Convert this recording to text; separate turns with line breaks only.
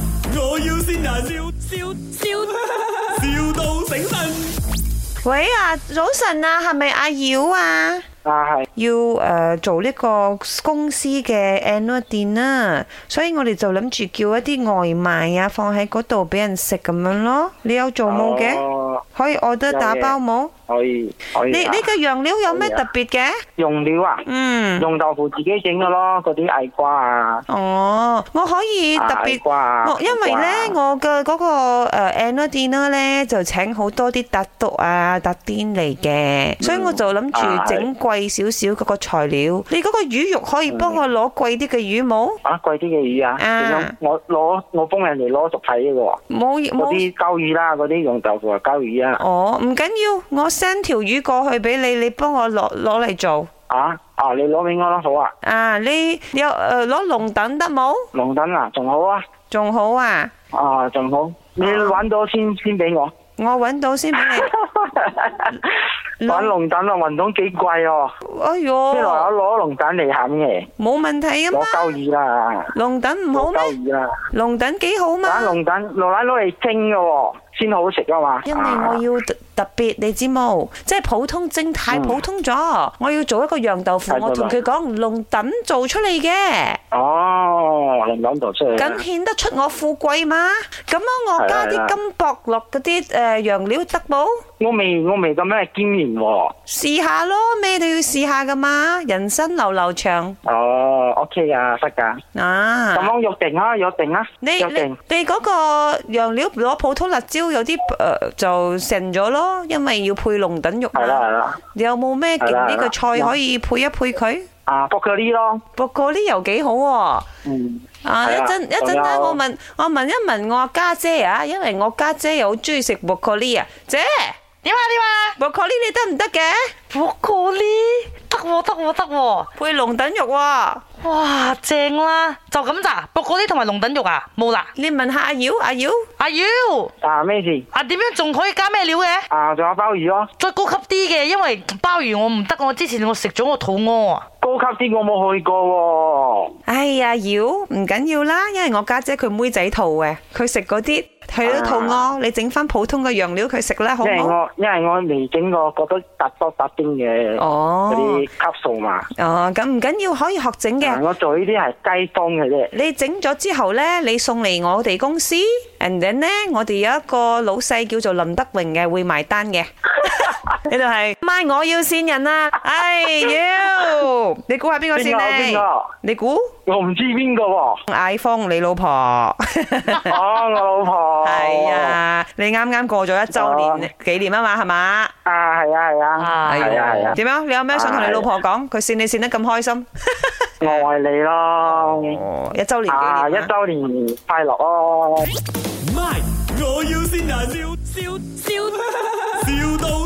要先人，笑笑笑，笑到醒神。
喂啊，早晨啊，係咪阿妖啊？
啊係，
要誒、呃做呢個公司嘅 annual dinner，所以我哋就諗住叫一啲外賣啊，放喺嗰度俾人食咁樣咯。你有做冇嘅？
哦
可以 order
有嘅
打包冇？
可以可以
你
啊。
你嘅樣料有咩
可以
特
啊
別嘅？
用料啊，
嗯，
用豆腐自己整嘅咯，嗰啲矮瓜啊，
哦，我可以
啊
特
矮
別。
瓜啊，
哦我因為
矮瓜
呢
啊，
我嘅嗰個誒 annual dinner 咧就請好多啲特督啊、特癲嚟嘅，所以我就諗
啊
住
係
整貴少少嗰個材料。你嗰個魚肉可以
嗯
幫我攞貴啲嘅魚冇？
啊貴啲嘅魚啊，
啊
點樣我攞我幫人哋攞熟睇嘅喎，
冇
嗰
冇
啲膠魚啦，嗰啲用豆腐啊膠魚啊，
哦，唔緊要，我 send 條魚過去俾你，你幫我攞攞嚟做。
啊啊你攞俾我啦，好啊，
啊，你你有誒攞龍等得冇？
龍躉啊，仲好啊，
仲好啊，
啊仲好，你揾到先先 俾我，
我揾到先俾 你。
揾龍躉啊，運動幾貴哦，
哎
即係
喲，
話我攞龍躉嚟冚嘅，
冇問題啊嘛
攞。膠魚啦，
龍等唔好
攞
咩
膠？魚啦。
龍等幾好嘛？
蛋龍蛋龍蛋攞嚟蒸嘅喎，先好食啊嘛。
因為我要特特別，你知冇？即係普通蒸太
嗯
普通咗，我要做一個釀豆腐，
係
我同佢講龍等做出嚟嘅。
啊哦，龍蛋就出嚟啦
咁。顯得出我富貴嘛？咁啊，我加
係
啲
啦
金箔落嗰啲誒羊料得冇？
我未我未咁樣係堅年喎。
試下咯，咩都要試下噶嘛，人生流流長
哦，OK 啊，得噶。
啊！
咁我約定啊，約定啊，
你
約
你
定。
你嗰個羊料攞普通辣椒有啲誒、呃就成咗咯，因為要配龍躉肉
係啦係
嘛。
啦，
你有冇咩勁
係啦
呢個
係
菜
啦
可以配一配佢？
啊，博佢啲咯。
不過呢又幾好喎、
嗯，
啊！
係
一
啊
陣一陣
仲
咧，
有
我問我問一問我家姐啊，因為我家姐又好中意食 broccoli 啊，姐
點啊點啊
，broccoli 你得唔得嘅？
，broccoli 得喎得喎得喎，
配龍躉肉喎、
哇正啦，就咁咋？broccoli 同埋龍躉肉啊，冇啦。
你問下阿妖，阿妖
阿妖
啊咩事？
啊，點樣仲可以加咩料嘅？
啊，仲有鮑魚咯，
再高級啲嘅，因為鮑魚我唔得，我之前我食咗我肚屙啊。
高級啲我冇去過喎。
哎呀，妖唔緊要啦，因為我家姐佢妹仔肚嘅，佢食嗰啲佢都肚
啊
屙，你整翻普通嘅羊料佢食啦，好
因為
唔好？
我因為我未整過，覺得特多特丁嘅嗰
哦
啲，級數嘛。
哦，咁唔緊要，可以學整
啊
嘅。
我做呢啲係雞湯嘅啫。
你整咗之後呢，你送嚟我哋公司，and then 呢，我哋有一個老細叫做林德榮嘅，會埋單 嘅。呢度係，唔係我要線人啊！哎， 妖，你估下邊個先
邊個邊
呢？
個？
你估
我唔知邊個喎。
矮峰，你老 婆。
哦，我老婆。
系。啊，你啱啱過咗一周年紀念啊嘛，係嘛？
啊，係啊，係啊，
哎
係啊，係啊，
點樣？你有咩想同你老婆講？佢善你善得咁開 心，
我愛你咯。
哦，一周年紀
啊，
念
一周年快樂咯！
My，我要先人，笑笑笑，笑到